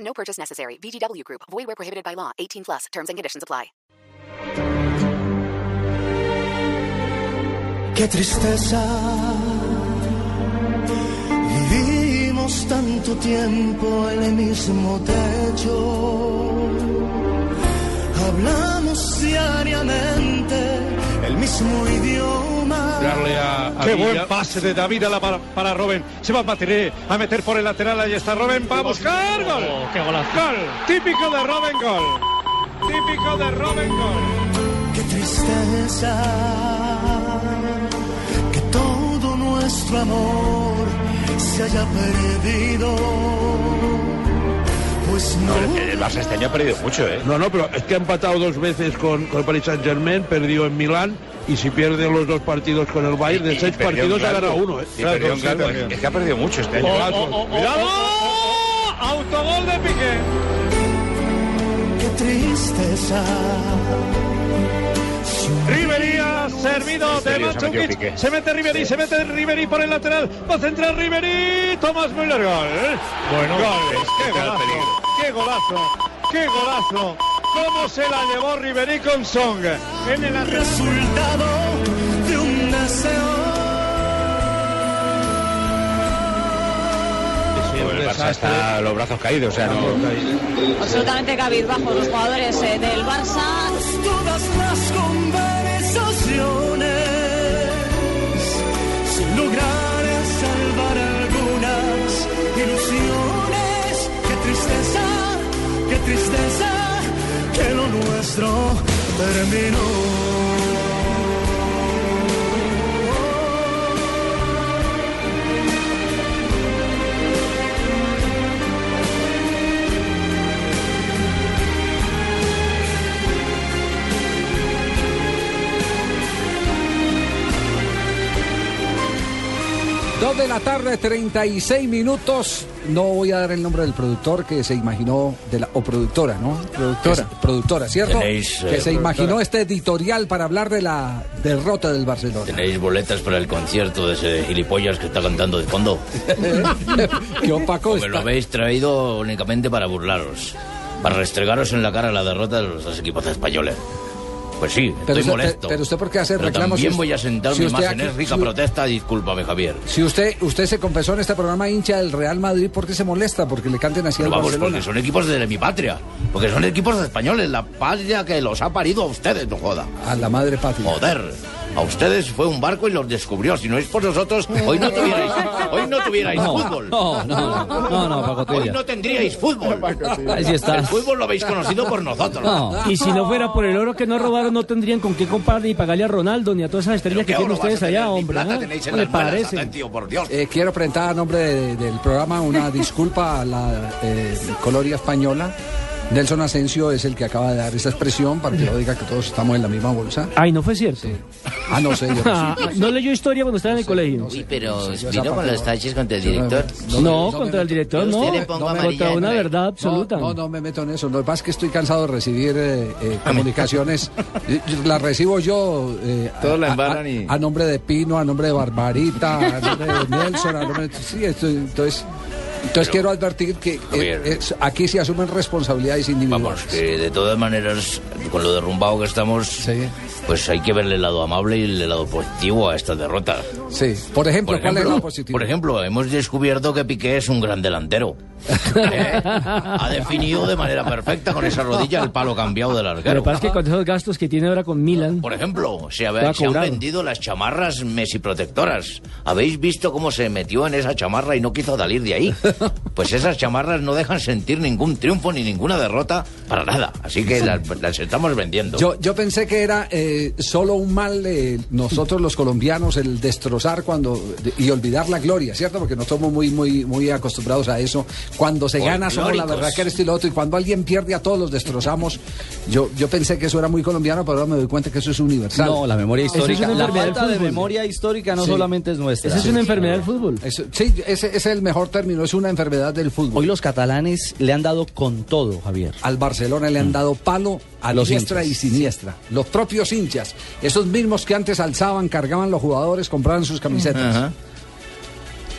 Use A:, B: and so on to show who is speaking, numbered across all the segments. A: No purchase necessary. VGW Group. Void where prohibited by law. 18 plus. Terms and conditions apply.
B: Qué tristeza. Vivimos tanto tiempo en el mismo techo. Hablamos diariamente el mismo idioma.
C: Darle a, a
D: Qué
C: Villa.
D: buen pase de David Alaba para, para Robben. Se va a Matiné a meter por el lateral. Ahí está Robben. Va a buscar. Gol.
C: Oh, qué golazo.
D: Gol. Típico de Robben. Gol. Típico de Robben. Gol.
B: Qué tristeza. Que todo nuestro amor se haya perdido. Pues no.
E: eh,
F: El Barça este año ha perdido mucho, ¿eh?
G: No, no, pero es que ha empatado dos veces con, con Paris Saint Germain, perdió en Milán y si pierde los dos partidos con el Bayern, de
F: Y- y
G: seis
F: perdió en
G: partidos ha
F: Glasgow.
G: ganado uno. ¿eh?
F: Y perdió en
G: sí,
F: Glasgow.
G: también.
F: Es que ha perdido mucho este
H: Oh,
F: año.
G: Golazo.
D: Cuidado. Autogol de Piqué.
B: Qué tristeza.
D: Ribery ha servido
F: serio,
D: de
F: se ha metido
D: Manchukic.
F: Piqué.
D: Se mete Ribery. Se mete Ribery por el lateral. Va a centrar Ribery. Tomás Müller. Gol.
C: Bueno,
D: Gol.
F: es que
D: Qué
F: te da
D: golazo.
F: peligro.
D: Qué golazo. Qué golazo. Cómo se la llevó Ribery con Song. En el lateral.
B: Resultado de un deseo.
F: el Barça está a los brazos caídos, o sea, no.
I: Absolutamente cabizbajos los jugadores eh, del Barça.
B: todas las conversaciones sin lograr salvar algunas ilusiones. Qué tristeza, qué tristeza que lo nuestro terminó.
H: Dos de la tarde, 36 minutos. No voy a dar el nombre del productor que se imaginó, de la, o productora, ¿no? Productora. productora, ¿cierto?
E: Tenéis,
H: que
E: eh,
H: se imaginó este editorial para hablar de la derrota del Barcelona.
E: ¿Tenéis boletas para el concierto de ese gilipollas que está cantando de fondo?
H: Qué opaco
E: Me lo
H: está.
E: habéis traído únicamente para burlaros, para restregaros en la cara la derrota de los dos equipos españoles. Pues sí,
H: Pero
E: estoy
H: usted-
E: molesto.
H: pero usted, ¿por qué hace
E: Pero
H: reclamos si
E: También
H: us-
E: voy a
H: si
E: sentarme
H: usted
E: más
H: aquí-
E: en es rica
H: si-
E: protesta, discúlpame, Javier.
H: Si usted, usted se confesó en este programa hincha del Real Madrid, ¿por qué se molesta? Porque le canten así
E: Pero
H: al
E: vamos,
H: Barcelona.
E: porque son equipos de mi patria, porque son equipos españoles, la patria que los ha parido a ustedes, no joda.
H: A la madre patria.
E: Joder, a ustedes fue un barco y los descubrió. Si no es por nosotros, hoy no tuvierais, hoy no tuvierais fútbol.
C: No, no, no, no,
E: Hoy
C: pacotilla.
E: no tendríais fútbol.
C: Ahí sí está.
E: El fútbol lo habéis conocido por nosotros.
C: No.
I: Y si no fuera por el oro que no robaron, no tendrían con qué comprar ni pagarle a Ronaldo ni a todas esas estrellas que
E: ¿Qué
I: tienen
E: oro vas a
I: ustedes
E: tener?
I: allá,
E: Ni
I: hombre.
E: plata
I: ¿eh?
E: tenéis en
I: ¿No le
E: las manos,
I: parece?
E: Atancio, por Dios.
H: Eh, quiero presentar a nombre de- del programa una disculpa a la eh, colonia española. Nelson Asensio es el que acaba de dar esa expresión para que no diga que todos estamos en la misma bolsa.
I: Ay, no fue cierto.
H: Ah, no sé, yo no sé.
I: Ah, no leyó historia cuando estaba en el colegio.
E: Uy, pero
H: Sí, sí, yo
E: vino
H: esa
E: con
H: parte
E: los
H: no.
E: taches contra el
H: Yo no me-
E: director.
H: no me-
I: No,
H: me
I: contra el
H: meto-
I: director,
E: Yo a
I: no.
E: usted le pongo
I: Contra
E: amarilla de
I: una
E: nuevo.
I: verdad
H: No,
I: absoluta.
H: No, no me meto en eso. Lo que pasa es que estoy cansado de recibir eh, eh, comunicaciones. Eh, Las recibo yo. eh,
F: Todos
H: a-
F: la
H: a-
F: embarran y-
H: A nombre de Pino, a nombre de Barbarita, a nombre de Nelson, a nombre de- Sí, estoy- entonces. Entonces quiero advertir que eh,
E: Javier.
H: es- aquí se asumen responsabilidades individuales.
E: Vamos, que de todas maneras, con lo derrumbado que estamos,
H: Sí.
E: pues hay que verle el lado amable y el lado positivo a esta derrota.
H: Sí. Por ejemplo,
E: Por
H: ¿cuál es
E: ejemplo,
H: la positiva?
E: por ejemplo, hemos descubierto que Piqué es un gran delantero. Eh, ha definido de manera perfecta con esa rodilla el palo cambiado del
I: Lo
E: arquero.
I: que pasa es que con esos gastos que tiene ahora con Milan,
E: Por ejemplo, se,
I: Lo
E: habe-
I: ha
E: se han
I: cobrado.
E: vendido las chamarras Messi protectoras. ¿Habéis visto cómo se metió en esa chamarra y no quiso salir de ahí? Pues esas chamarras no dejan sentir ningún triunfo ni ninguna derrota para nada. Así que las, las estamos vendiendo.
H: Yo, yo pensé que era eh, solo un mal eh, nosotros los colombianos el destrozar cuando y olvidar la gloria, ¿cierto? Porque no estamos muy muy muy acostumbrados a eso Cuando se gana somos la
E: Folclóricos.
H: verdad que esto y lo otro. Y cuando alguien pierde a todos los destrozamos. Yo, yo pensé que eso era muy colombiano, pero ahora me doy cuenta que eso es universal.
C: No, la
H: Ah,
C: memoria histórica. la falta de
H: memoria
C: memoria histórica no
H: Sí.
C: solamente es nuestra.
H: Esa es una enfermedad
C: del fútbol.
H: sí, ese, ese es el mejor término, es una enfermedad del fútbol.
C: Hoy los catalanes le han dado con todo, Javier.
H: Al Barcelona le han dado palo a
C: Mm. Los
H: diestra
C: hinchas.
H: y siniestra. Los propios hinchas, esos mismos que antes alzaban, cargaban los jugadores, compraban sus camisetas.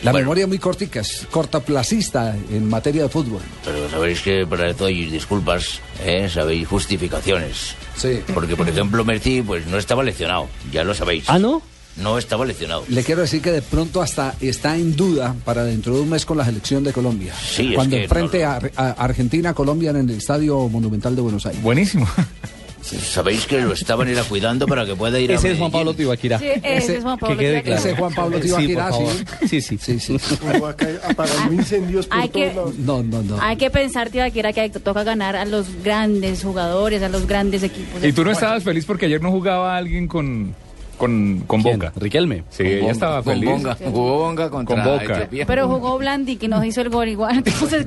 H: La memoria muy cortica, es cortaplacista en materia de fútbol.
E: Pero sabéis que para esto hay disculpas, ¿eh? sabéis justificaciones.
H: Sí.
E: Porque, por ejemplo, Merci pues, no estaba lesionado, ya lo sabéis.
H: ¿Ah, no?
E: No estaba lesionado.
H: Le quiero decir que de pronto hasta está en duda para dentro de un mes con la selección de Colombia.
E: Sí, es
H: cuando
E: que
H: enfrente a, a Argentina-Colombia en el Estadio Monumental de Buenos Aires.
J: Buenísimo.
E: Sabéis que lo estaban era cuidando para que pueda ir
C: Ese
E: a
C: es
E: Medellín.
C: Juan Pablo Tibaquirá.
K: Sí, ese es Juan Pablo
C: que quede
K: Tibaquirá.
C: claro.
K: Ese Juan Pablo
C: Eh, Sí, por
K: Tibaquirá, sí.
C: favor. sí. Sí, sí,
L: apagando incendios
K: por Hay que- todos lados.
H: No, no, no.
K: Hay que pensar, Tibaquira, que toca ganar a los grandes jugadores, a los grandes equipos.
J: Y tú no estabas feliz porque ayer no jugaba alguien con, con, con Boca.
C: Riquelme.
J: Sí, ella estaba
E: Con
J: feliz.
E: Bonga. Jugó Bonga contra
J: Con Boca.
E: Etiopía.
K: Pero jugó Blandi, que nos hizo el gol igual. Entonces,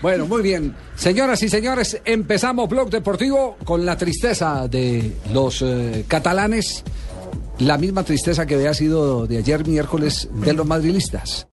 H: Bueno, muy bien. Señoras y señores, empezamos Blog Deportivo con la tristeza de los eh, catalanes. La misma tristeza que había sido de ayer miércoles de los madrilistas.